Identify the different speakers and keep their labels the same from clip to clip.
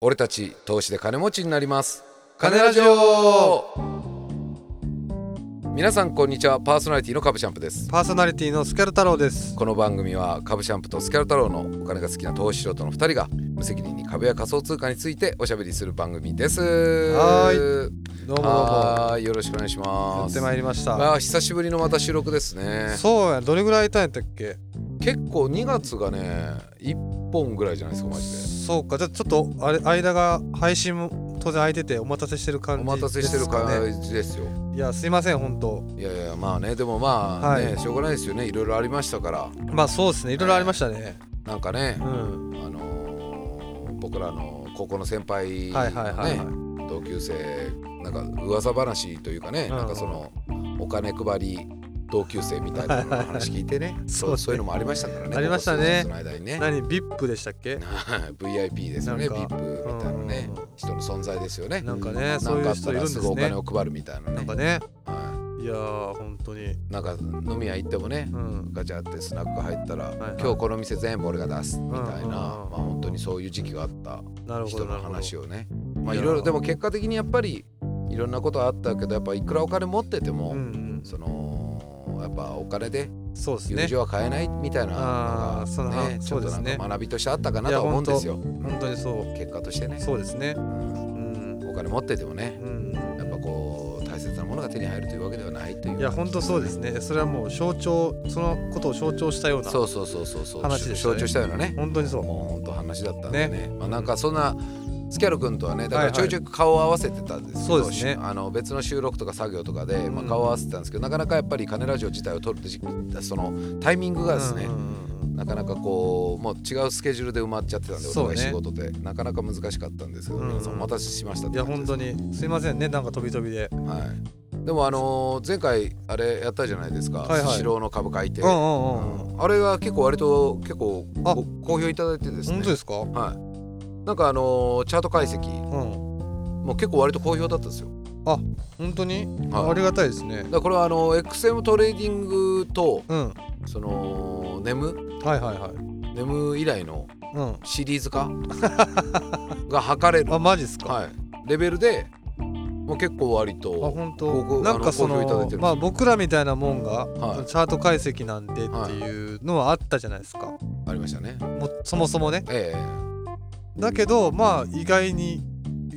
Speaker 1: 俺たち投資で金持ちになります金ラジオ皆さんこんにちはパーソナリティのカブシャンプです
Speaker 2: パーソナリティのスキャル太郎です。
Speaker 1: この番組はカブシャンプとスキャル太郎のお金が好きな投資素人の2人が無責任に株や仮想通貨についておしゃべりする番組です
Speaker 2: は
Speaker 1: ーい
Speaker 2: どうもどうも。
Speaker 1: ーいよろしくお願いし
Speaker 2: や
Speaker 1: ま
Speaker 2: っ
Speaker 1: す
Speaker 2: てまいりました。
Speaker 1: あー久しぶりのまた収録ですね
Speaker 2: そうや、どれぐらいいたんやったっけ？
Speaker 1: 結構2月がね1本ぐらいじゃないですかマジで
Speaker 2: そうか、じゃあちょっとあれ間が配信も当然空いててお待たせしてる感
Speaker 1: お
Speaker 2: じ
Speaker 1: 待たせしてる
Speaker 2: ですかね。
Speaker 1: 感じですよ
Speaker 2: いや、すいません本当。
Speaker 1: いやいやまあねでもまあね、
Speaker 2: はい
Speaker 1: しょうがないですよねいろいろありましたから
Speaker 2: まあそうですね。いろいろありましたね。
Speaker 1: なんかね
Speaker 2: う、ん。
Speaker 1: あのー僕らの高校の先輩の
Speaker 2: はい
Speaker 1: ね、
Speaker 2: はいはいはい。
Speaker 1: 同級生なんか噂話というかね、
Speaker 2: うん
Speaker 1: なんかそのお金配り同級生みたいなのの話聞いてね
Speaker 2: そう
Speaker 1: そうそういうのもありましたからね
Speaker 2: ありましたね
Speaker 1: ここ数日の間に ね
Speaker 2: 何ビップでしたっけ？
Speaker 1: VIP ですよね
Speaker 2: なんか
Speaker 1: VIP みたいなね
Speaker 2: うん
Speaker 1: 人の存在ですよね
Speaker 2: なんかね、
Speaker 1: な
Speaker 2: そうんい
Speaker 1: かあ
Speaker 2: う
Speaker 1: った
Speaker 2: 人いるん
Speaker 1: ら
Speaker 2: ですす
Speaker 1: ぐお
Speaker 2: ね
Speaker 1: 金。を配るみたいな
Speaker 2: なん
Speaker 1: ね
Speaker 2: かね、
Speaker 1: はい
Speaker 2: やー本当に。
Speaker 1: なんか飲み屋行ってもね
Speaker 2: うん。
Speaker 1: ガチャってスナック入ったら、
Speaker 2: いはい
Speaker 1: 今日この店全部俺が出すみたいな、
Speaker 2: うんうんうん
Speaker 1: まあ本当にそういう時期があった
Speaker 2: なるほ
Speaker 1: 人
Speaker 2: どな
Speaker 1: の
Speaker 2: るほど。
Speaker 1: 話をねまあ
Speaker 2: い
Speaker 1: い
Speaker 2: やー
Speaker 1: ろいろでも結果的にやっぱりいろんなことはあったけどやっぱいくらお金持ってても、
Speaker 2: うんうん。
Speaker 1: そのやっぱお金で
Speaker 2: そうです
Speaker 1: 友
Speaker 2: ね
Speaker 1: 情。は買えないみたいなの
Speaker 2: あ
Speaker 1: が
Speaker 2: ーその
Speaker 1: ねち
Speaker 2: そ
Speaker 1: ょ
Speaker 2: う
Speaker 1: っと
Speaker 2: です
Speaker 1: なん
Speaker 2: ね
Speaker 1: か学びとしてあったかないと
Speaker 2: や
Speaker 1: は思うんですよ
Speaker 2: 本当にそ
Speaker 1: 結果として
Speaker 2: う。
Speaker 1: ね、
Speaker 2: そうですね
Speaker 1: う。ん
Speaker 2: うん。
Speaker 1: お金持っててもね
Speaker 2: うん。
Speaker 1: やっぱこう大切なものが手に入るというわけではないという
Speaker 2: いや本当そうですねそれはもう象徴そのことを象徴したような
Speaker 1: そうそうそうそうそう
Speaker 2: 話でしたね
Speaker 1: 象徴したようなね
Speaker 2: 本当にそう
Speaker 1: もう本当話だったんでね
Speaker 2: ね
Speaker 1: まあなんかそんなスキャル君とはねだか
Speaker 2: は
Speaker 1: ら
Speaker 2: いはい
Speaker 1: ちょいちょい顔を合わせてたんですけど、
Speaker 2: そうですね
Speaker 1: しあの別の収録とか作業とかで、まあ、
Speaker 2: うん
Speaker 1: 顔を合わせてたんですけどなかなかやっぱり「金ラジオ」自体を撮る時そのタイミングがですね、
Speaker 2: うんうん
Speaker 1: なかなかこうもう違うスケジュールで埋まっちゃってたんで、
Speaker 2: そう
Speaker 1: お
Speaker 2: ね
Speaker 1: 互い仕事でなかなか難しかったんですけど、
Speaker 2: うんうん
Speaker 1: 皆さんお待たせしましたっ
Speaker 2: うんい
Speaker 1: て
Speaker 2: や
Speaker 1: 感
Speaker 2: 本
Speaker 1: じ
Speaker 2: 当にすいませんねなんか飛び飛びで
Speaker 1: です、はい、でもあのー前回あれやったじゃないですか
Speaker 2: はいはい
Speaker 1: スシローの株買いて、
Speaker 2: うんうんうんうん
Speaker 1: うんあれが結構割と結構
Speaker 2: あ
Speaker 1: ご好評いただいてですね
Speaker 2: 本当ですかう
Speaker 1: はい。なんかあのーチャート解析
Speaker 2: ん
Speaker 1: も結構割と好評だったんですよ。
Speaker 2: 本当に
Speaker 1: はい
Speaker 2: ありがたいですね
Speaker 1: だからこれはあのー XM トレーディングと
Speaker 2: うん
Speaker 1: そのネム
Speaker 2: はいはいはい
Speaker 1: ネム以来の
Speaker 2: うん
Speaker 1: シリーズ 化が測れる、
Speaker 2: あマジっすか
Speaker 1: はい、レベルでもう結構割
Speaker 2: あ
Speaker 1: と
Speaker 2: 本
Speaker 1: ここ
Speaker 2: 当なん
Speaker 1: あの
Speaker 2: かそ
Speaker 1: 好評いただいてるん
Speaker 2: の
Speaker 1: ですよ
Speaker 2: まあ僕らみたいなもんが
Speaker 1: はい
Speaker 2: チャート解析なんてっていうのはあったじゃないですか
Speaker 1: ありましたね。
Speaker 2: もうそもそもね
Speaker 1: ええ
Speaker 2: だけどまあ意外に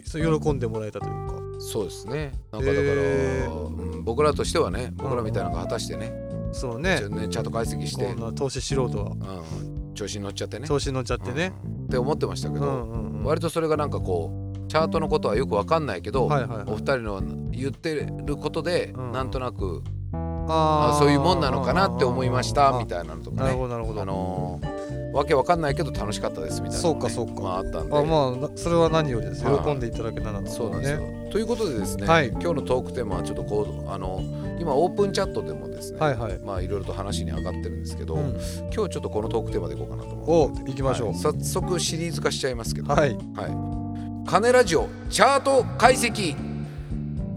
Speaker 2: そう喜んでもらえたというか
Speaker 1: そうですね。なんかだから、
Speaker 2: えー
Speaker 1: うん僕らとしてはね僕らみたいなのが果たしてね,、
Speaker 2: そうね
Speaker 1: ねチャート解析して
Speaker 2: こ、んな投資素人は
Speaker 1: うん、調子に乗っちゃってね。
Speaker 2: 調子に乗っちゃってね、
Speaker 1: うんって思ってましたけ
Speaker 2: う
Speaker 1: ど。
Speaker 2: んうんうん
Speaker 1: 割とそれがなんかこうチャートのことはよくわかんないけど、
Speaker 2: はいはいはい
Speaker 1: お二人の言ってることで、
Speaker 2: うん
Speaker 1: なんとなく
Speaker 2: あ
Speaker 1: あ
Speaker 2: ー
Speaker 1: そういうもんなのかなって思いました
Speaker 2: あ
Speaker 1: みたいなのとか
Speaker 2: なるほ
Speaker 1: ね
Speaker 2: どなるほど、
Speaker 1: あのーわけわかんないけど楽しかったですみたいなのね、
Speaker 2: そうかそうか
Speaker 1: まあ、あったんで
Speaker 2: あまあなそれは何よりです
Speaker 1: はい
Speaker 2: 喜んでいただけたらなと
Speaker 1: そうなんですよ、ということでですね、
Speaker 2: はい
Speaker 1: 今日のトークテーマはちょっとこうあの今オープンチャットでもですね、
Speaker 2: はいはい
Speaker 1: まあいろいろと話に上がってるんですけど、
Speaker 2: うん
Speaker 1: 今日ちょっとこのトークテーマでいこうかなと
Speaker 2: お
Speaker 1: 思って
Speaker 2: 行きましょう
Speaker 1: はい早速シリーズ化しちゃいますけど、
Speaker 2: はい
Speaker 1: はい。金ラジオチャート解析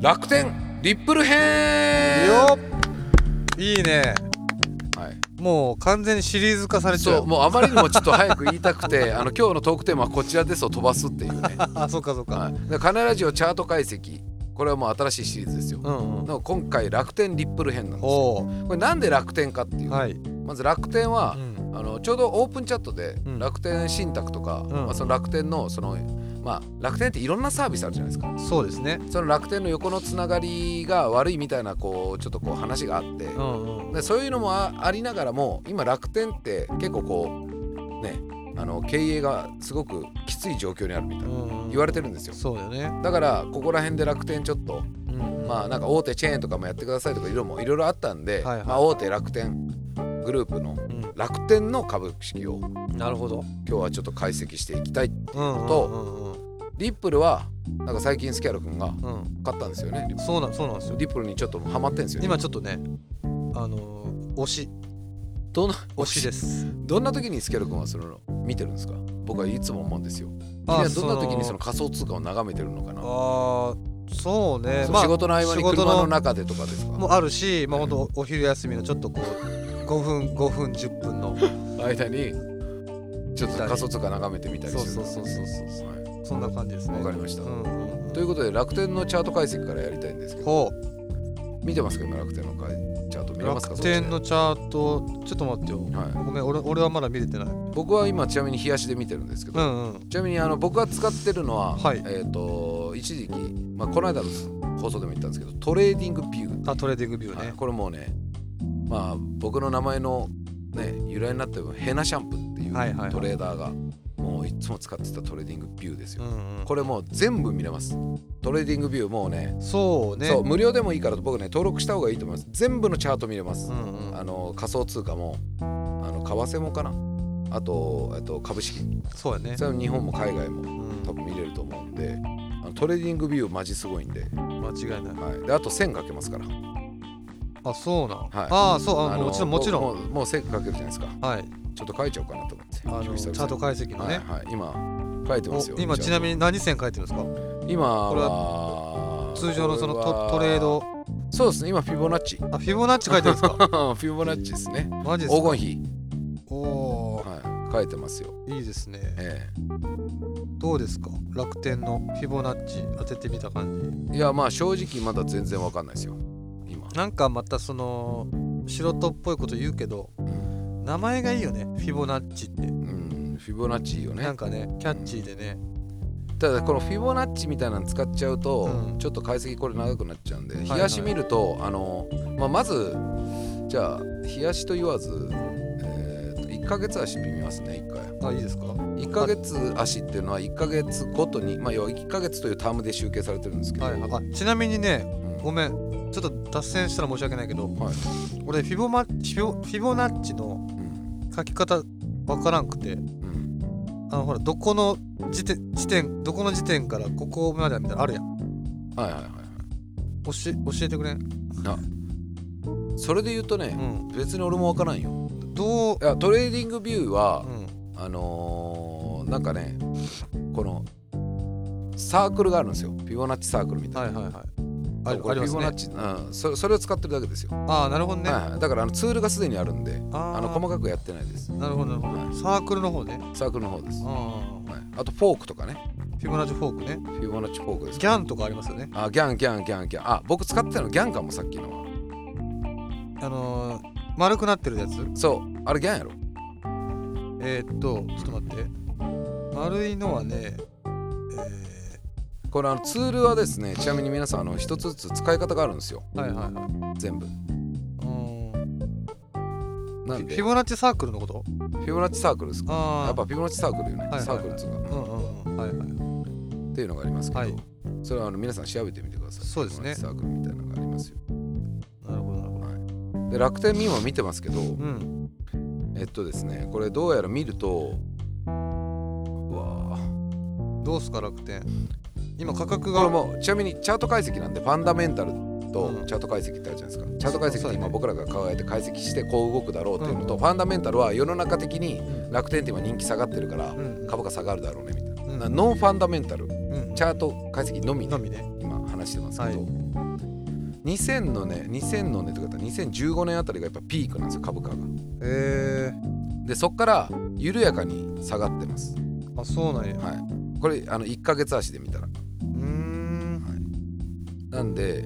Speaker 1: 楽天リップル編。
Speaker 2: よっいいね
Speaker 1: はい。
Speaker 2: もう完全にシリーズ化されちゃ
Speaker 1: そううもうあまりにもちょっと早く言いたくてあの今日のトークテーマはこちらですを飛ばすっていうね。
Speaker 2: あそっかそっか、
Speaker 1: はい。で金ラジオチャート解析これはもう新しいシリーズですよ。
Speaker 2: うんうん
Speaker 1: の今回楽天リップル編なんですよ。
Speaker 2: お
Speaker 1: これなんで楽天かっていう。
Speaker 2: おはい、
Speaker 1: まず楽天は
Speaker 2: う、ん、
Speaker 1: あのちょうどオープンチャットで
Speaker 2: うん
Speaker 1: 楽天信託とか、
Speaker 2: ん
Speaker 1: まあ、その楽天のそのまあ楽天っていろんなサービスあるじゃないですか。
Speaker 2: そうですね
Speaker 1: その楽天の横のつながりが悪いみたいなこうちょっとこう話があって、
Speaker 2: うんうん
Speaker 1: でそういうのもあありながらも今楽天って結構こうねあの経営がすごくきつい状況にあるみたいな言われてるんですよ
Speaker 2: そうだよね、
Speaker 1: だからここら辺で楽天ちょっと
Speaker 2: うん
Speaker 1: まあなんか大手チェーンとかもやってくださいとかいろいろいろいろあったんで、
Speaker 2: はいはい
Speaker 1: まあ、大手楽天グループの
Speaker 2: うん
Speaker 1: 楽天の株式を
Speaker 2: なるほど
Speaker 1: 今日はちょっと解析していきたい
Speaker 2: うん
Speaker 1: と
Speaker 2: うんうん
Speaker 1: リップルはなんか最近スキャル君が
Speaker 2: うんうん
Speaker 1: 買ったんですよねリップ
Speaker 2: そうなんそうなんですよ
Speaker 1: ルリップルにちょっとハマってんですよね
Speaker 2: 今ちょっとねあのー推し
Speaker 1: どの
Speaker 2: 推しです
Speaker 1: どんな時にスキャル君はその見てるんですか僕はいつも思うんですよ。
Speaker 2: あ
Speaker 1: 君はどんな時にその仮想通貨を眺めてるのかな、
Speaker 2: あーそうね
Speaker 1: その
Speaker 2: まあ
Speaker 1: 仕事の合間に
Speaker 2: 仕事の
Speaker 1: 車の中でとかですか
Speaker 2: もあるし、まあ、ほんとお昼休みのちょっとこう5分5分10分の
Speaker 1: 間にちょっと仮想通貨眺めてみたり
Speaker 2: そう
Speaker 1: する
Speaker 2: そうそうそうそう
Speaker 1: はい
Speaker 2: そんな感じですね
Speaker 1: わかりました、
Speaker 2: うんうんうん
Speaker 1: ということで楽天のチャート解析からやりたいんですけど
Speaker 2: ほ
Speaker 1: 見てますか今楽天のかいチャート
Speaker 2: う
Speaker 1: 見れますか
Speaker 2: 楽天
Speaker 1: そっ
Speaker 2: のチャートちょっと待ってよ
Speaker 1: ちでは
Speaker 2: ごめん俺俺はまだ見れてないうん
Speaker 1: い、僕は今ちなみに冷やしで見てるんですけど、
Speaker 2: うん
Speaker 1: ちなみにあの僕が使ってるのは、
Speaker 2: はい
Speaker 1: えっと一時期、まあ、この間の放送でも言ったんですけどトレーディングビュー、
Speaker 2: あトレーディングビュー
Speaker 1: はい
Speaker 2: ね
Speaker 1: これもうねまあ僕の名前の、ね、由来になってるヘナシャンプーっていう
Speaker 2: はいはいはい
Speaker 1: トレーダーがもういつも使ってたトレーディングビューです
Speaker 2: う
Speaker 1: よ、
Speaker 2: んうん
Speaker 1: これもう全部見れますトレーディングビューもうね
Speaker 2: そうね
Speaker 1: そう無料でもいいから僕ね登録した方がいいと思います全部のチャート見れます、
Speaker 2: うんうん
Speaker 1: あの仮想通貨もあの為替もかなあと、えっと、株式
Speaker 2: そうやね
Speaker 1: それも日本も海外も
Speaker 2: うん
Speaker 1: 多分見れると思うんであのトレーディングビューマジすごいんで,、
Speaker 2: 間違いない
Speaker 1: はい、であと線かけますから
Speaker 2: あそうなん、
Speaker 1: い
Speaker 2: ああそうあ
Speaker 1: あ
Speaker 2: も
Speaker 1: の
Speaker 2: ちろんもちろん
Speaker 1: もうもうもう線かけるじゃないですか
Speaker 2: はい
Speaker 1: ちょっと書いちゃおうかなと思って
Speaker 2: あの
Speaker 1: 久
Speaker 2: チャ
Speaker 1: 々
Speaker 2: ート解析のね、
Speaker 1: はいはい、今書いてますよ
Speaker 2: お今
Speaker 1: じゃあ
Speaker 2: ちなみに何線書いてるんですか
Speaker 1: 今
Speaker 2: これ
Speaker 1: は
Speaker 2: 通常のその
Speaker 1: これ
Speaker 2: ト
Speaker 1: は
Speaker 2: トレード
Speaker 1: そうですね今フィボナッチ フ
Speaker 2: あフィボナッチ書いてるんです か
Speaker 1: ィボナッチですね
Speaker 2: マジです
Speaker 1: 黄
Speaker 2: か
Speaker 1: 金比、
Speaker 2: おお
Speaker 1: はい、書いてますよ、
Speaker 2: ーいいですね
Speaker 1: え
Speaker 2: どうですか楽天のフィボナッチ当ててみた感
Speaker 1: えいやまあ正直まだ全然わかんないですよ今
Speaker 2: じなんかまたその素人っぽいこと言うけど
Speaker 1: うん、
Speaker 2: 名前がいいよねフィボナッチって、
Speaker 1: うんフィボナッチいいよね
Speaker 2: なんかねキャッチーでね、
Speaker 1: ただこのフィボナッチみたいなの使っちゃうと、
Speaker 2: うん
Speaker 1: ちょっと解析これ長くなっちゃうんで、
Speaker 2: い
Speaker 1: 冷やし見るとあの、まあ、まずじゃあ冷やしと言わず、えーと1ヶ月足見ますね1回
Speaker 2: あいいですかは
Speaker 1: 1ヶ月足っていうのは1ヶ月ごとに、まあ、要は1ヶ月というタームで集計されてるんですけど、
Speaker 2: いはいあちなみにね
Speaker 1: うん
Speaker 2: ごめんちょっと脱線したら申し訳ないけ
Speaker 1: は
Speaker 2: ど
Speaker 1: い
Speaker 2: 俺フィボマフィボフィボナッチの
Speaker 1: うん
Speaker 2: 書き方わからんくて
Speaker 1: うん
Speaker 2: あのほらどこの時点時点どこの時点からここまでみたいなのあるやん
Speaker 1: はいはいはいは
Speaker 2: 教え教えてくれん、
Speaker 1: いそれで言うとね、
Speaker 2: うん、
Speaker 1: 別に俺もわからんよ
Speaker 2: どう
Speaker 1: いやトレーディングビューは、
Speaker 2: うん
Speaker 1: あのーなんかねこのサークルがあるんですよフィボナッチサークルみたいな、
Speaker 2: はいはいはいあ
Speaker 1: こ
Speaker 2: あ
Speaker 1: れ
Speaker 2: り
Speaker 1: フ
Speaker 2: ま
Speaker 1: ィ
Speaker 2: す
Speaker 1: ボナッ
Speaker 2: ね
Speaker 1: チ、うん、そそれを使ってるだけですよ、
Speaker 2: ああなるほどね、
Speaker 1: はいはい、だからあのツールがすでにあるんで
Speaker 2: あ
Speaker 1: あの細
Speaker 2: 細
Speaker 1: かくやってないです
Speaker 2: なるほどなるほど、
Speaker 1: はい
Speaker 2: サークルの方ね
Speaker 1: サークルの方です、
Speaker 2: あ
Speaker 1: はい、
Speaker 2: あ
Speaker 1: あとフォークとかね
Speaker 2: フィボナッチフォークね
Speaker 1: フィボナッチフォークです
Speaker 2: ギャンとかありますよね
Speaker 1: あギャンギャンギャンギャンあ僕使ってたのギャンかもさっきのは
Speaker 2: あのー、丸くなってるやつ
Speaker 1: そうあれギャンやろ
Speaker 2: えー、っとちょっと待って丸いのはねえ
Speaker 1: これあのツールはですねちなみに皆さんあの一つずつ使い方があるんですよ
Speaker 2: ー、はいはいはい
Speaker 1: 全部
Speaker 2: うん
Speaker 1: なんで
Speaker 2: フィ
Speaker 1: フ
Speaker 2: ボナッチサークルのこと
Speaker 1: ィボナッチサークルですか
Speaker 2: ああ
Speaker 1: やっぱフィボナッチサークルよね、
Speaker 2: いはいはい
Speaker 1: サークルっつうか、
Speaker 2: うんうんうんはいはい
Speaker 1: っていうのがありますけど、
Speaker 2: はい
Speaker 1: それはあの皆さん調べてみてください
Speaker 2: そうですね
Speaker 1: フィボナッチサークルみたいなのがありますよ
Speaker 2: なるほどなるほど
Speaker 1: で楽天ミーも見てますけど、
Speaker 2: うん
Speaker 1: えっとですねこれどうやら見るとうわー
Speaker 2: どうすか楽天今価格
Speaker 1: これ
Speaker 2: が
Speaker 1: もちなみにチャート解析なんでファンダメンタル
Speaker 2: う
Speaker 1: と
Speaker 2: ん
Speaker 1: チャート解析ってあるじゃないですか、チャート解析
Speaker 2: そう
Speaker 1: って今
Speaker 2: だね
Speaker 1: 僕らが考えて解析してこう動くだろうっていうのと、
Speaker 2: うん
Speaker 1: ファンダメンタルは世の中的に
Speaker 2: ん
Speaker 1: 楽天って今人気下がってるから
Speaker 2: うん
Speaker 1: 株価下がるだろうねみたいな、
Speaker 2: うん
Speaker 1: ノンファンダメンタル
Speaker 2: うん
Speaker 1: チャート解析のみね
Speaker 2: のみね
Speaker 1: 今話してますけど、
Speaker 2: は
Speaker 1: 2000のね2000のねというか2015年あたりがやっぱピークなんですよ株価が
Speaker 2: えー、
Speaker 1: でそっから緩やかに下がってます
Speaker 2: あそうなんやう
Speaker 1: はいこれあの1ヶ月足で見たら
Speaker 2: ーん
Speaker 1: なんで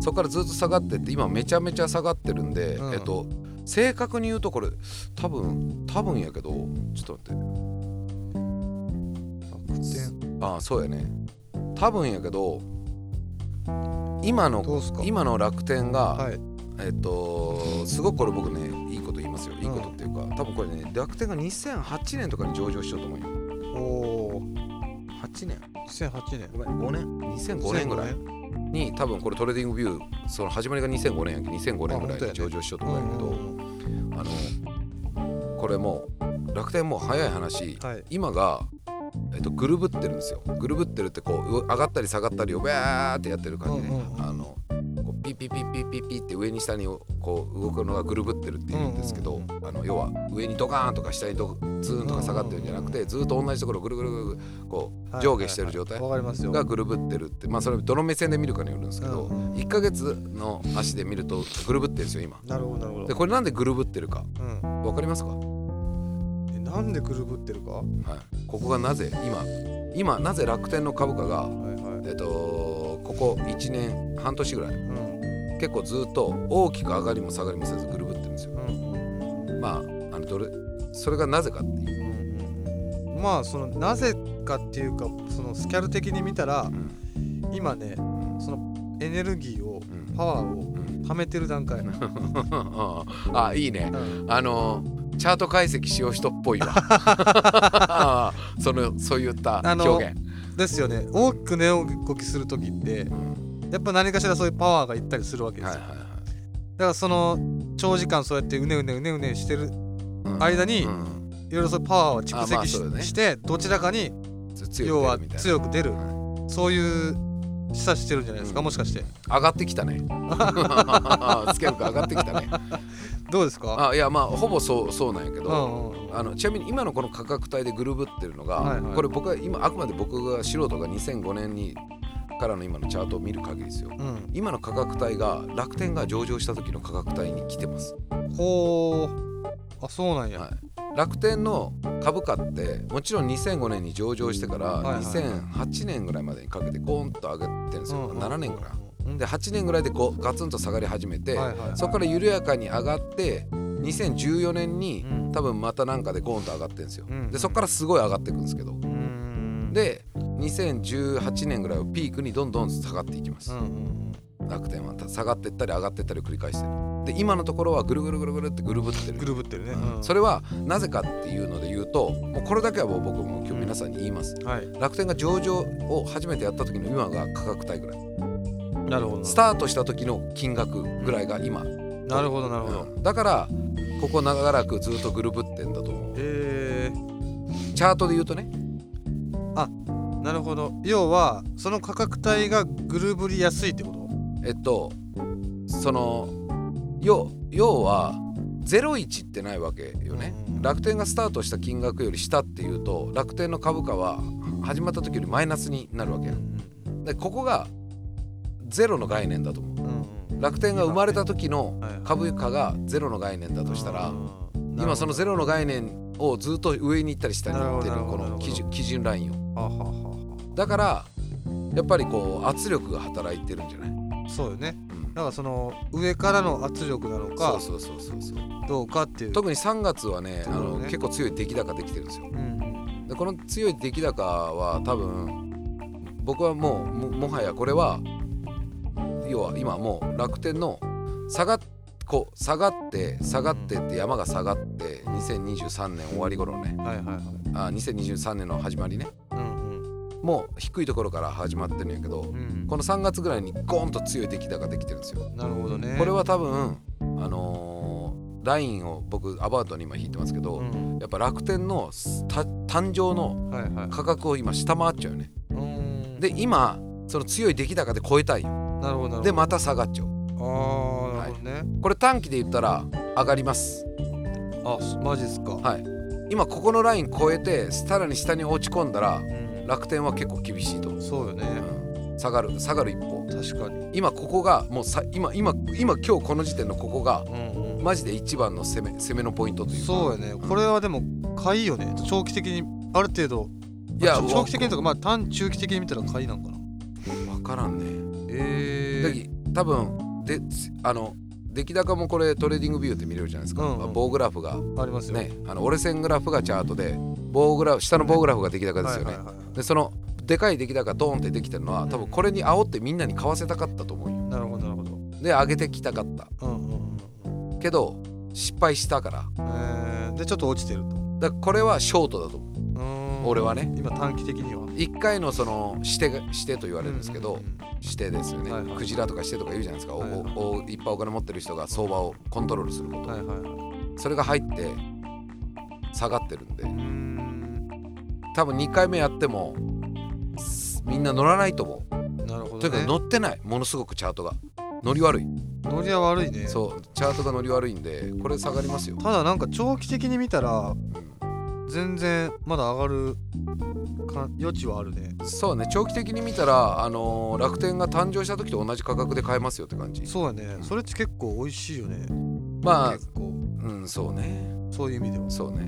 Speaker 1: そこからずっと下がってって今めちゃめちゃ下がってるんで、
Speaker 2: うん
Speaker 1: えっと正確に言うとこれ多分多分やけどちょっと待って
Speaker 2: 楽天
Speaker 1: ああそうやね多分やけど今の
Speaker 2: どうすか
Speaker 1: 今の楽天が、
Speaker 2: はい
Speaker 1: えっとすごくこれ僕ねいいこと言いますよいいことっていうか、多分これね楽天が2008年とかに上場しようと思うよ
Speaker 2: おお
Speaker 1: 8年
Speaker 2: 2008年
Speaker 1: ごめん5年2005年ぐらい
Speaker 2: 2005年
Speaker 1: に多分これトレーディングビューその始まりが2005年やけ2005年ぐらい
Speaker 2: あ本当
Speaker 1: に
Speaker 2: やね
Speaker 1: 上場しようと
Speaker 2: う
Speaker 1: 思うん
Speaker 2: ん
Speaker 1: やけ
Speaker 2: う
Speaker 1: ど、
Speaker 2: んうん
Speaker 1: あのこれもう楽天もう早い話
Speaker 2: はい
Speaker 1: 今が、えっと、ぐるぶってるんですよぐるぶってるってこうう上がったり下がったりをビャーってやってる感じで、
Speaker 2: うんうんうん
Speaker 1: あのこうピッピッピッピッピッピッって上に下にこう動くのがぐるぶってるっていうんですけど、
Speaker 2: うん
Speaker 1: あの要は上にドカーンとか下にドツーンとか下がってるんじゃなくて、ずっと同じところをぐるぐるぐるぐるこう上下してる状態
Speaker 2: はいはいはいわかりますよ
Speaker 1: がぐるぶってるってまあそれどの目線で見るかによるんですけど、
Speaker 2: うんうん
Speaker 1: 1ヶ月の足で見るとぐるぶってるんですよ今。
Speaker 2: なるほどなるほ
Speaker 1: で
Speaker 2: ど
Speaker 1: これなんでぐるぶってるか
Speaker 2: うん
Speaker 1: わかりますか
Speaker 2: えななんで狂ぶってるかは
Speaker 1: はい、ここがなぜ今今なぜ楽天の株価が
Speaker 2: いはい
Speaker 1: えっとここ1年半年ぐらい
Speaker 2: うん
Speaker 1: 結構ずっと大きく上がりも下がりもせずぐるぶってるんですよ
Speaker 2: うんうんうん
Speaker 1: まああのどれそれがなぜかっていう、
Speaker 2: うんうんまあそのなぜかっていうかそのスキャル的に見たら
Speaker 1: うん
Speaker 2: 今ね
Speaker 1: うん
Speaker 2: そのエネルギーを
Speaker 1: うん
Speaker 2: パワーを
Speaker 1: うん
Speaker 2: 貯めてる段階、
Speaker 1: あいいね
Speaker 2: うん
Speaker 1: あのチャート解析しよう人っぽいわ そのそういった
Speaker 2: あの
Speaker 1: 表現、
Speaker 2: ですよね大きく値動きする時って
Speaker 1: うん
Speaker 2: やっぱ何かしらそういうパワーがいったりするわけです
Speaker 1: は
Speaker 2: よ、
Speaker 1: いはいはい
Speaker 2: だからその長時間そうやってうねうねうねうねしてる
Speaker 1: うん
Speaker 2: 間に
Speaker 1: うん
Speaker 2: いろいろそういうパワーを蓄積し,、
Speaker 1: あまあそうだね
Speaker 2: してどちらかに
Speaker 1: つ
Speaker 2: 要
Speaker 1: 強
Speaker 2: はい
Speaker 1: みたいな
Speaker 2: 強く出る
Speaker 1: は
Speaker 2: そういう示唆してるんじゃないですか、
Speaker 1: うん
Speaker 2: もしかして
Speaker 1: 上がってきた ね スキャルが上がってきたね
Speaker 2: どうですか
Speaker 1: あいやまあほぼそうそうなんやけ
Speaker 2: う
Speaker 1: ど、
Speaker 2: んうん
Speaker 1: あのちなみに今のこの価格帯でグルーブってるのが、
Speaker 2: はいはい
Speaker 1: これ僕は今あくまで僕が素人が2005年にからの今のチャートを見る限りですよ
Speaker 2: うん
Speaker 1: 今の価格帯が楽天が上場した時の価格帯に来てます、
Speaker 2: ほうあそうなんや、
Speaker 1: はい、楽天の株価ってもちろん2005年に上場してか
Speaker 2: はいは
Speaker 1: ら
Speaker 2: い
Speaker 1: 2008年ぐらいまでにかけてコーンと上げてるんですよ、7年ぐらい
Speaker 2: い
Speaker 1: で8年ぐらいでこうガツンと下がり始めて、
Speaker 2: はいはいはい
Speaker 1: そこから緩やかに上がって2014年に
Speaker 2: うん
Speaker 1: 多分またなんかでゴーンと上がってるんですよ、
Speaker 2: うん
Speaker 1: でそこからすごい上がっていくんですけど
Speaker 2: うん
Speaker 1: で2018年ぐらいをピークにどんどん下がっていきま
Speaker 2: う
Speaker 1: す
Speaker 2: ん、うん
Speaker 1: 楽天は下がっていったり上がっていったり繰り返してるで今のところはぐるぐるぐるぐるってぐるぶって
Speaker 2: うん
Speaker 1: る
Speaker 2: グルーブってるね、
Speaker 1: うん
Speaker 2: うん
Speaker 1: それはなぜかっていうので言うともうこれだけはもう僕も今日皆さんに言います、
Speaker 2: はい
Speaker 1: 楽天が上場を初めてやった時の今が価格帯ぐらい
Speaker 2: なるほど
Speaker 1: スタートした時の金額ぐらいが今
Speaker 2: なるほどなるほど、
Speaker 1: うんだからここ長らくずっとぐるぶってんだと思う
Speaker 2: え
Speaker 1: チャートで言うとね
Speaker 2: ー、なるほど要はその価格帯がグルーブりやすいってこと
Speaker 1: えっとその要要は01ってないわけよね
Speaker 2: うん
Speaker 1: 楽天がスタートした金額より下っていうと楽天の株価は始まった時よりマイナスになるわけ
Speaker 2: うん
Speaker 1: でここがゼロの概念だと思
Speaker 2: うんうん
Speaker 1: う楽天が生まれた時の
Speaker 2: はいはい
Speaker 1: 株価がゼロの概念だとしたら
Speaker 2: うんなるほど
Speaker 1: 今そのゼロの概念をずっと上に行ったり下に行ってる
Speaker 2: なるほ
Speaker 1: こ
Speaker 2: どなる
Speaker 1: の
Speaker 2: ほど
Speaker 1: 基準基準ラインを
Speaker 2: はあはあは
Speaker 1: だからやっぱりこう圧力が働いてるんじゃない、
Speaker 2: あはあそうよね
Speaker 1: うん
Speaker 2: だからその上からの圧力なの
Speaker 1: そ
Speaker 2: か
Speaker 1: うそうそうそうそう
Speaker 2: どうかっていう
Speaker 1: 特に3月はねあ
Speaker 2: そう
Speaker 1: の
Speaker 2: だね
Speaker 1: 結構強い出来高できてるんですよ
Speaker 2: うん
Speaker 1: でこの強い出来高は多分僕はもうももはやこれは要は今もう楽天の下がっこう下がって下がってって山が下がって2023年終わり頃ね
Speaker 2: はいはいはい
Speaker 1: あ2023年の始まりね
Speaker 2: うん
Speaker 1: もう低いところから始まってるんやけど
Speaker 2: うんうん
Speaker 1: この3月ぐらいにゴーンと強い出来高できてるんですよ
Speaker 2: なるほどね
Speaker 1: これは多分あのーラインを僕アバウトに今引いてますけど、
Speaker 2: うん
Speaker 1: やっぱ楽天のすた誕生の
Speaker 2: はいはい
Speaker 1: 価格を今下回っちゃうよね
Speaker 2: うん
Speaker 1: で今その強い出来高で超えたいよ
Speaker 2: なるほどなるほど
Speaker 1: でまた下がっちゃう
Speaker 2: あーなるほどね
Speaker 1: これ短期で言ったら上がります
Speaker 2: あすマジっすか
Speaker 1: はい今ここのライン超えてさらに下に落ち込んだら
Speaker 2: うん
Speaker 1: 楽天は結構厳しいと思う、
Speaker 2: そうよね
Speaker 1: うん下がる下がる一方
Speaker 2: 確かに
Speaker 1: 今ここがもうさ今今今今日この時点のここが
Speaker 2: うん
Speaker 1: マジで一番の攻め攻めのポイントというか
Speaker 2: そうよねこれはでも買いよね長期的にある程度
Speaker 1: いや
Speaker 2: ちょ長期的にとかまあ短中期的に見たら買いなんかな
Speaker 1: 分からんね、
Speaker 2: ええ
Speaker 1: だ多分でつあの出来高もこれトレーディングビューって見れるじゃないですか、
Speaker 2: うんうん
Speaker 1: 棒グラフが
Speaker 2: ありますよ
Speaker 1: ねあの折れ線グラフがチャートで棒グラフ下の棒グラフが出来高ですよね、
Speaker 2: はいはいはいは
Speaker 1: でそのでかい出来高ドーンってできてるのは多分これに煽ってみんなに買わせたかったと思うよ
Speaker 2: いなるほどなるほど
Speaker 1: で上げてきたかった
Speaker 2: うんうんうんうん
Speaker 1: けど失敗したから
Speaker 2: えーでちょっと落ちてると
Speaker 1: だからこれはショートだと思う
Speaker 2: うーん
Speaker 1: 俺はね
Speaker 2: 今短期的には
Speaker 1: 1回のその指定が指定と言われるんですけど、
Speaker 2: うんうん
Speaker 1: 指定ですよね、
Speaker 2: はいはい
Speaker 1: クジラとか指定とか言うじゃないですか、お
Speaker 2: はいはい
Speaker 1: おおいっぱいお金持ってる人が相場をコントロールすること、
Speaker 2: はいはいは
Speaker 1: それが入って下がってるんで
Speaker 2: いうーん
Speaker 1: 多分2回目やってもすみんな乗らないと思う、
Speaker 2: なるほ
Speaker 1: と
Speaker 2: ど
Speaker 1: にか
Speaker 2: ね
Speaker 1: く乗ってないものすごくチャートが乗り悪い、
Speaker 2: 乗りは悪いね
Speaker 1: そうチャートが乗り悪いんでこれ下がりますよ、
Speaker 2: ただなんか長期的に見たら
Speaker 1: う
Speaker 2: 全然まだ上がるか余地はあるね
Speaker 1: んそうね長期的に見たら、あのー楽天が誕生した時と同じ価格で買えますよって感じ
Speaker 2: そうやねそれって結構美味しいよね
Speaker 1: まあ
Speaker 2: 結構
Speaker 1: うんそうね
Speaker 2: そういう意味では
Speaker 1: そうね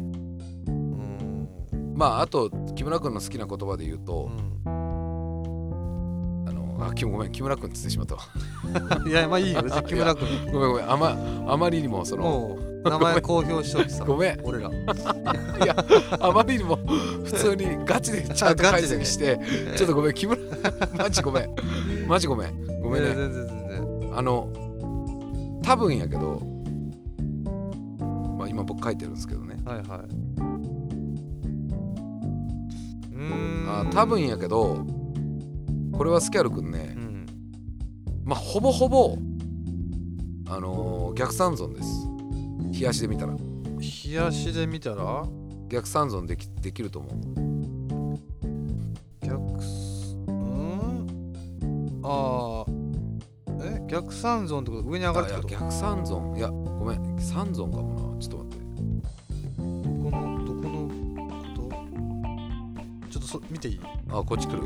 Speaker 2: うん
Speaker 1: まああと木村君の好きな言葉で言う
Speaker 2: う
Speaker 1: と、
Speaker 2: ん
Speaker 1: あのあきごめん木村君っつってしまったわ
Speaker 2: いやま あいいよ別に木村君
Speaker 1: ごめんごめんあまあまりにもその
Speaker 2: もう名前公表しとくさ
Speaker 1: ごめん
Speaker 2: 俺ら
Speaker 1: いやあまりにも普通にガチでちゃんと
Speaker 2: あガ
Speaker 1: 解
Speaker 2: チでね
Speaker 1: 析して、ちょっとごめん木村マジごめんマジごめんごめん
Speaker 2: いや
Speaker 1: ね
Speaker 2: 全然全然
Speaker 1: あの多分やけど、まあ、今僕書いてるんですけどね
Speaker 2: はいはいうーん
Speaker 1: あ多分やけどこれはスキャル君ね
Speaker 2: う、ん
Speaker 1: まあ、ほぼほぼ、あのー逆三尊です冷やしで見たら
Speaker 2: 冷やしで見たら
Speaker 1: 逆三尊できできると思う
Speaker 2: 逆すうんああえ逆三尊ってこと上に上がるって
Speaker 1: あい
Speaker 2: こ
Speaker 1: や
Speaker 2: と
Speaker 1: 逆三尊いやごめん三尊かもなちょっと待って
Speaker 2: このどこのことちょっとそ見ていい
Speaker 1: あこっち来る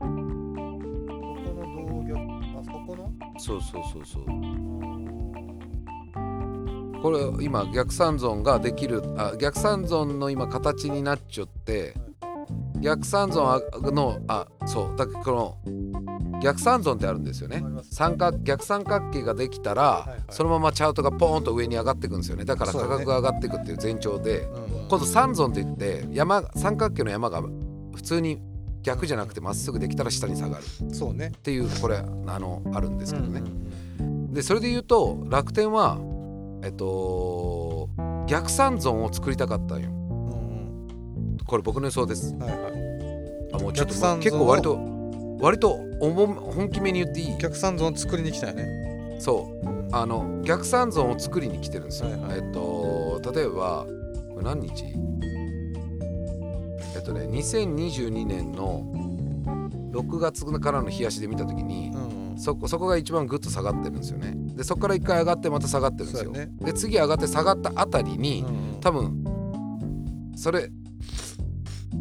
Speaker 2: ここの同逆あそこの
Speaker 1: そうそうそうそうこれ今逆三尊ができるあ逆三尊の今形になっちゃって逆三尊あのあそうだからこの逆三尊ってあるんですよね三角逆三角形ができたら、
Speaker 2: いはい
Speaker 1: そのままチャートがポーンと上に上がっていくんですよねだから
Speaker 2: そう
Speaker 1: 価
Speaker 2: ね
Speaker 1: 格が上がっていくっていう前兆で、
Speaker 2: うん
Speaker 1: 今度三尊って言って山三角形の山が普通に逆じゃなくてまっすぐできたら下に下がるっ
Speaker 2: そうね
Speaker 1: ていうこれあのあるんですけどね
Speaker 2: うんう、ん
Speaker 1: でそれで言うと楽天はえっと逆三尊を作りたかったんよ
Speaker 2: うん
Speaker 1: これ僕の予想です
Speaker 2: うんはいはい
Speaker 1: あもうちょっと
Speaker 2: 逆三尊を
Speaker 1: 結構割と割と重め本気めに言っていい
Speaker 2: 逆三尊作りに来たよね
Speaker 1: そう
Speaker 2: うん
Speaker 1: あの逆三尊を作りに来てるんですよ、
Speaker 2: はいはい
Speaker 1: えっと例えばこれ何日えっとね2022年の6月からの冷やしで見た時に
Speaker 2: うん
Speaker 1: そこそこが一番グッと下がってるんですよねでそこから一回上がってまた下がってるんです
Speaker 2: そ
Speaker 1: よ、
Speaker 2: うやね
Speaker 1: で次上がって下がったあたりに、
Speaker 2: うん
Speaker 1: 多分それ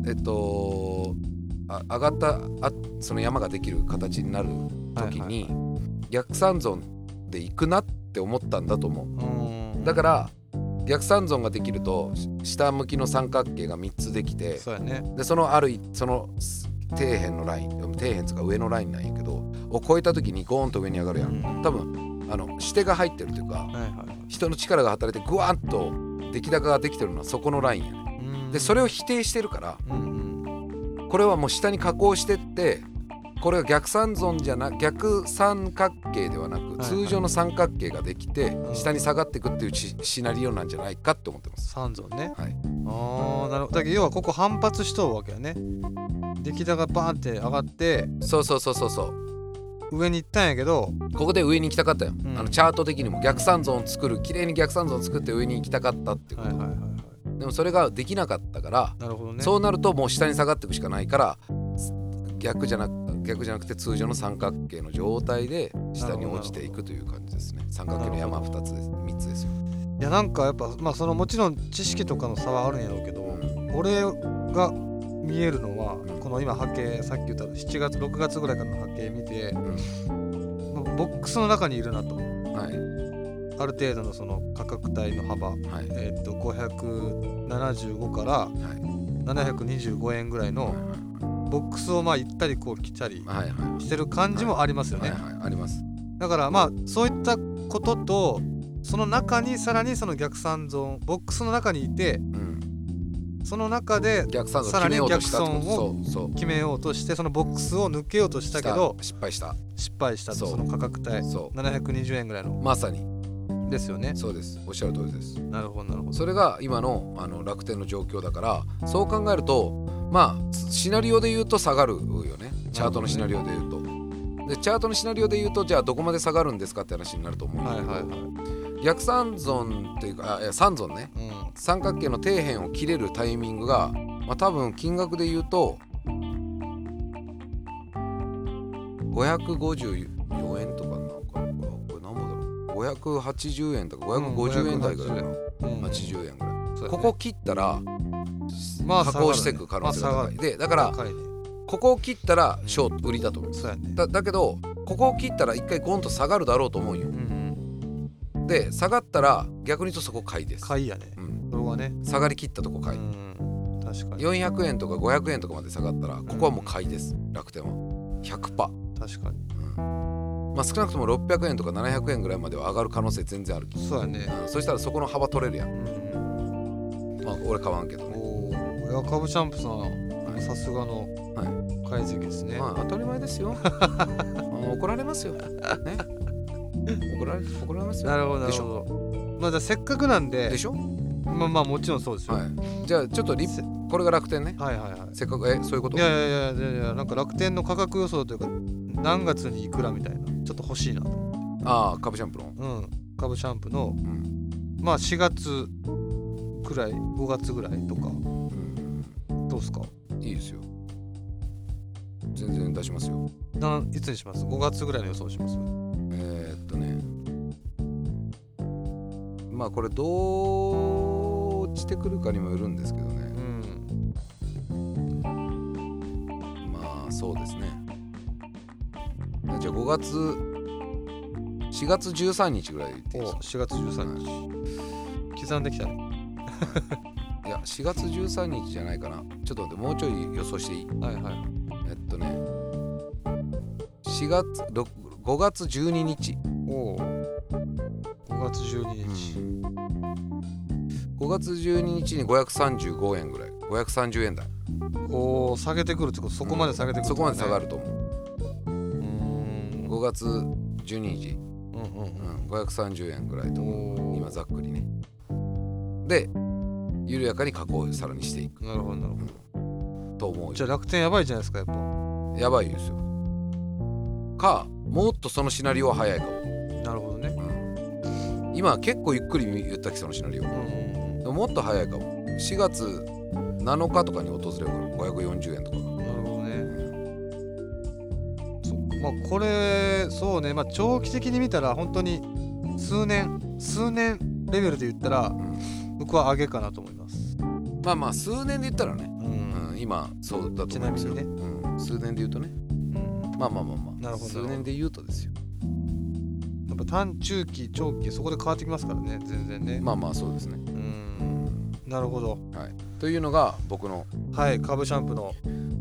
Speaker 1: えっとあ上がったあその山ができる形になる時に、逆三尊で行くなって思ったんだと思う
Speaker 2: うん
Speaker 1: だから逆三尊ができるとし下向きの三角形が3つできて
Speaker 2: そうやね
Speaker 1: でそのあるいそのす底辺のライン底辺つうか上のラインなんやけどを越えた時にゴーンと上に上がるやん
Speaker 2: うん
Speaker 1: 多分あの支手が入ってるというか
Speaker 2: はいはい
Speaker 1: 人の力が働いてグワーッと出来高ができてるのはそこのラインやね
Speaker 2: うん
Speaker 1: でそれを否定してるから
Speaker 2: うんうん
Speaker 1: これはもう下に加工してってこれが逆三尊じゃな逆三角形ではなく
Speaker 2: はい
Speaker 1: 通常の三角形ができて
Speaker 2: うん
Speaker 1: 下に下がっていくっていうシシナリオなんじゃないかって思ってます。
Speaker 2: 三尊ね
Speaker 1: はい、
Speaker 2: ああなるほどだけど要はここ反発しとうわけよね出来高がバーンって上がって
Speaker 1: そうそうそうそうそう
Speaker 2: 上に行ったんやけど
Speaker 1: ここで上に行きたかったよ、
Speaker 2: ん
Speaker 1: あのチャート的にも逆三尊を作る綺麗に逆三尊を作って上に行きたかったっていう
Speaker 2: は
Speaker 1: こ
Speaker 2: い
Speaker 1: と、
Speaker 2: はいはいはい
Speaker 1: でもそれができなかったから、
Speaker 2: なるほどね
Speaker 1: そうなるともう下に下がっていくしかないから逆じゃなく逆じゃなくて通常の三角形の状態で下に落ちていくという感じですね三角形の山2つです3つですよ、
Speaker 2: いやなんかやっぱまあそのもちろん知識とかの差はあるんやろうけど、俺が見えるのは
Speaker 1: ん
Speaker 2: この今波形さっき言った7月6月ぐらいからの波形見て、ボックスの中にいるなと
Speaker 1: はい
Speaker 2: ある程度のその価格帯の幅
Speaker 1: はいはい
Speaker 2: えっと575から725円ぐらいのボックスをまあ行ったりこう来たり
Speaker 1: はいはいはい
Speaker 2: してる感じもありますよ
Speaker 1: はい
Speaker 2: ね、
Speaker 1: はいあります
Speaker 2: だからまあそういったこととその中にさらにその逆三尊ボックスの中にいて
Speaker 1: うん
Speaker 2: その中で
Speaker 1: 逆三角決めようとしたってこと
Speaker 2: さらに逆
Speaker 1: そうそう
Speaker 2: 決めようとしてそのボックスを抜けようとしたけど
Speaker 1: した失敗した
Speaker 2: 失敗したと
Speaker 1: そう
Speaker 2: その価格帯
Speaker 1: そ
Speaker 2: 720円ぐらいの
Speaker 1: うまさに
Speaker 2: ですよね
Speaker 1: そうですおっしゃる通りです
Speaker 2: なるほどなるほど
Speaker 1: それが今のあの楽天の状況だからそう考えるとまあシナリオで言うと下がるよねチャートのシナリオで言うと。でチャートのシナリオで言うとじゃあどこまで下がるんですかって話になると思うんだ
Speaker 2: はい
Speaker 1: け
Speaker 2: は
Speaker 1: ど、
Speaker 2: いはい
Speaker 1: 逆三尊っていうかあいや三尊ね
Speaker 2: うん
Speaker 1: 三角形の底辺を切れるタイミングが、まあ、多分金額で言うと554円とかなのかなこれこれ何本だろう580円とか550円台ぐらいかな、
Speaker 2: うん
Speaker 1: 80円ぐらい。
Speaker 2: そうやね
Speaker 1: ここ切ったら、
Speaker 2: まあ
Speaker 1: 加工していく可能性が
Speaker 2: 下が
Speaker 1: 高
Speaker 2: る
Speaker 1: い、
Speaker 2: ね
Speaker 1: でだから
Speaker 2: 高いね
Speaker 1: ここを切ったらショート売りだと思います
Speaker 2: そうやね
Speaker 1: だだけどここを切ったら一回ゴンと下がるだろうと思うよ
Speaker 2: うんうん
Speaker 1: で下がったら逆に言うとそこ買いです
Speaker 2: 買いやね
Speaker 1: うん
Speaker 2: そこはね、
Speaker 1: 下がりきったとこ買い、
Speaker 2: うん確かに
Speaker 1: 400円とか500円とかまで下がったらここはもう買いです楽天は100%、
Speaker 2: 確か
Speaker 1: うんまあ、少なくとも600円とか700円ぐらいまでは上がる可能性全然ある、
Speaker 2: にそうやね、
Speaker 1: うん、そしたらそこの幅取れるやん
Speaker 2: うん、
Speaker 1: まあ俺買わんけどね、
Speaker 2: おーいやカブチャンプさん
Speaker 1: はい
Speaker 2: さすがの解析ですね、
Speaker 1: まあ当たり前です よあの怒られますよ、ね、怒られ怒られますよ
Speaker 2: なるほどな
Speaker 1: で
Speaker 2: る
Speaker 1: し
Speaker 2: ほ
Speaker 1: ょ
Speaker 2: どまあじゃあせっかくなんで
Speaker 1: でしょ、
Speaker 2: まあまあもちろんそうですよ、
Speaker 1: はい、じゃあちょっとリ
Speaker 2: せ
Speaker 1: これが楽天ね
Speaker 2: はいはいはい
Speaker 1: せっかくえそういうこと
Speaker 2: いやいやいやいやいやなんか楽天の価格予想というか何月にいくらみたいなちょっと欲しいなと
Speaker 1: ああカブシャンプロン、
Speaker 2: うんカブシャンプの
Speaker 1: うん
Speaker 2: まあ4月くらい5月ぐらいとかどうっすか
Speaker 1: うん、いいですよ全然出しますよ
Speaker 2: なんいつにします5月ぐらいの予想します
Speaker 1: えーっとねまあこれどう落ちてくるかにもよるんですけど
Speaker 2: う
Speaker 1: ね
Speaker 2: ん
Speaker 1: まあそうですねじゃあ5月4月13日ぐらいで言っていい
Speaker 2: お
Speaker 1: ですか
Speaker 2: 4月13日刻んできたね
Speaker 1: いや4月13日じゃないかなちょっと待ってもうちょい予想していい
Speaker 2: はいはい
Speaker 1: えっとね4月6 5月12日
Speaker 2: おお5月12日、
Speaker 1: 5月12日に535円ぐらい530円台
Speaker 2: おお下げてくるってことそこまで下げてくる、
Speaker 1: そこまで下が
Speaker 2: る
Speaker 1: ると思
Speaker 2: うーん
Speaker 1: う5月12日、
Speaker 2: うんうん
Speaker 1: う
Speaker 2: うん
Speaker 1: ん、530円ぐらいと思う
Speaker 2: おー
Speaker 1: 今ざっくりねで緩やかに加工をさらにしていく
Speaker 2: なるほどなるほ
Speaker 1: と思
Speaker 2: ど
Speaker 1: う
Speaker 2: じゃあ楽天やばいじゃないですかやっぱ
Speaker 1: やばいですよかもっとそのシナリオは早いかも、
Speaker 2: なるほどね
Speaker 1: うん今結構ゆっくり言ったきそのシナリオ
Speaker 2: うんうん
Speaker 1: もっと早いかも4月7日とかに訪れるから540円とかが
Speaker 2: うんなるほどねそっかまあこれそうねまあ長期的に見たら本当に数年数年レベルで言ったら
Speaker 1: うん
Speaker 2: 僕は上げかなと思います
Speaker 1: まあまあ数年で言ったらね、
Speaker 2: う、
Speaker 1: うんん、今そうだと思いますよ、
Speaker 2: ちなみ
Speaker 1: うん、数年で言うとね
Speaker 2: うん、
Speaker 1: まあまあまあまあ
Speaker 2: なるほど
Speaker 1: 数年で言うとですよ
Speaker 2: やっぱ短中期長期そこで変わってきますからね全然ね、
Speaker 1: まあまあそうですね、
Speaker 2: うんなるほど
Speaker 1: というのが僕の
Speaker 2: はい株シャンプーの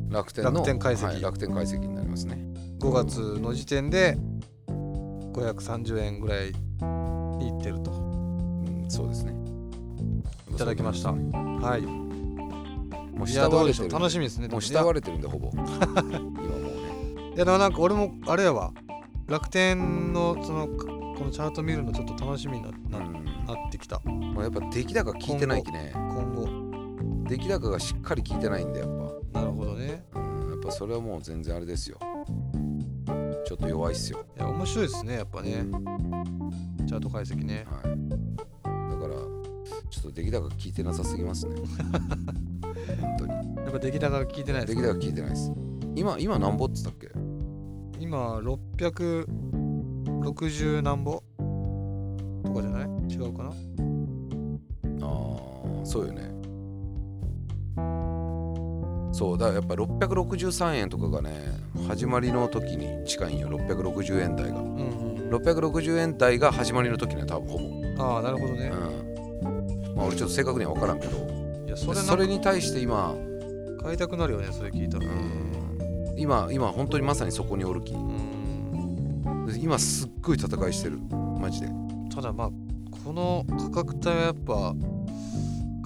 Speaker 1: 楽天の
Speaker 2: 楽天解析
Speaker 1: はい楽天解析になりますね
Speaker 2: 5月の時点で530円ぐらいにいってると
Speaker 1: うんそうですね
Speaker 2: いただきましたはい
Speaker 1: もう
Speaker 2: い
Speaker 1: 下
Speaker 2: やどう
Speaker 1: 割れ
Speaker 2: でしてょ
Speaker 1: る
Speaker 2: う楽しみですね
Speaker 1: もう
Speaker 2: で
Speaker 1: 下
Speaker 2: も
Speaker 1: 割れてるんでほ ぼ今もうね
Speaker 2: いやいやでもなんか俺もあれやわ楽天のそのこのチャート見るのちょっと楽しみにな
Speaker 1: う
Speaker 2: な,、
Speaker 1: ん
Speaker 2: なってきた
Speaker 1: もうやっぱ出来高聞いてないきね
Speaker 2: 今後
Speaker 1: 出来高がしっかり聞いてないんでやっぱ
Speaker 2: なるほどね
Speaker 1: うんやっぱそれはもう全然あれですよちょっと弱いっすよ、
Speaker 2: いや面白いですねやっぱね
Speaker 1: はい、
Speaker 2: チャート解析ね
Speaker 1: だからちょっと出来高聞いてなさすぎ ますね本当に
Speaker 2: やっぱ出来高が効いてないで
Speaker 1: 出
Speaker 2: す
Speaker 1: 来
Speaker 2: か
Speaker 1: 高聞いてないです今今なんぼっつったっけ
Speaker 2: 今660何ぼとかじゃない違うかな
Speaker 1: あーそうよねそうだからやっぱ663円とかがね始まりの時に近いんよ660円台が
Speaker 2: うんうん
Speaker 1: 660円台が始まりの時ね多分ほぼう
Speaker 2: ああなるほどね、
Speaker 1: んまあ俺ちょっと正確には分からんけど
Speaker 2: いやそ
Speaker 1: そ
Speaker 2: れ
Speaker 1: れ
Speaker 2: それ
Speaker 1: に対して今
Speaker 2: 買いたくなるよねそれ聞いたら
Speaker 1: うん今今本当にまさにそこにおるき
Speaker 2: うん
Speaker 1: 今すっごい戦いしてるマジで
Speaker 2: ただまあこの価格帯はやっぱ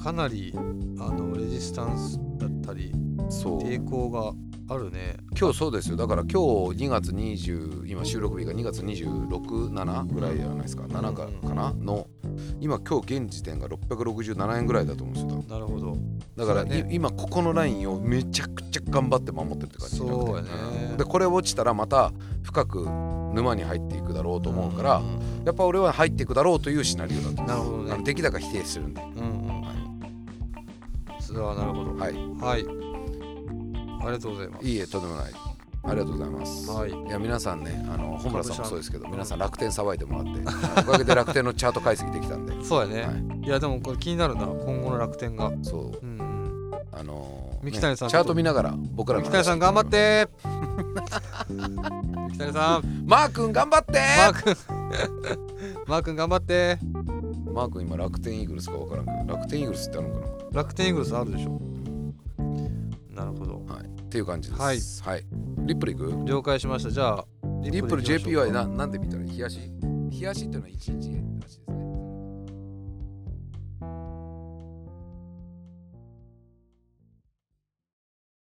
Speaker 2: かなりあのレジスタンスだったり
Speaker 1: そう
Speaker 2: 抵抗があるね
Speaker 1: 今日そうですよだから今日2月20今収録日が2月267ぐらいじゃないですか7か
Speaker 2: うん
Speaker 1: かなの今今日現時点が667円ぐらいだと思うんですよ
Speaker 2: なるほど
Speaker 1: だから、
Speaker 2: そうだね
Speaker 1: い今ここのラインをめちゃくちゃ頑張って守ってるって感じ
Speaker 2: そうやね
Speaker 1: うんでこれ落ちたらまた深く沼に入っていくだろうと思うから、
Speaker 2: ん
Speaker 1: やっぱ俺は入っていくだろうというシナリオだと思う
Speaker 2: なるほど
Speaker 1: あの
Speaker 2: ね
Speaker 1: 出来高否定してるんで、
Speaker 2: うんうん
Speaker 1: は
Speaker 2: それはなるほど
Speaker 1: はい、
Speaker 2: はいありがとうございます
Speaker 1: いいえとんでもないありがとうございます、、
Speaker 2: はいい
Speaker 1: や皆さんねあの本村さんもそうですけど
Speaker 2: うん
Speaker 1: 皆さん楽天さばいてもらっておかげで楽天のチャート解析できたんで、は
Speaker 2: そうやね、
Speaker 1: い、
Speaker 2: いやでもこれ気になるな今後の楽天が。
Speaker 1: そう
Speaker 2: うんうん。
Speaker 1: あのー
Speaker 2: 三木谷さん
Speaker 1: ねチャート見ながら僕らの
Speaker 2: 三木谷さん頑張って。三木谷さん、
Speaker 1: マー君頑張って
Speaker 2: マー君、マー君頑張って。
Speaker 1: マー君今楽天イーグルスか分からんけど楽天イーグルスってあるのか
Speaker 2: 楽天イーグルスあるでしょ
Speaker 3: なるほど
Speaker 1: な、はい、っていう感じです。はい、リップルいく
Speaker 2: 了解しましたじゃあ
Speaker 1: リップル
Speaker 2: 行きましょう
Speaker 1: JPY ななんで見たら冷やし冷やしっていうのは1日らしいですね。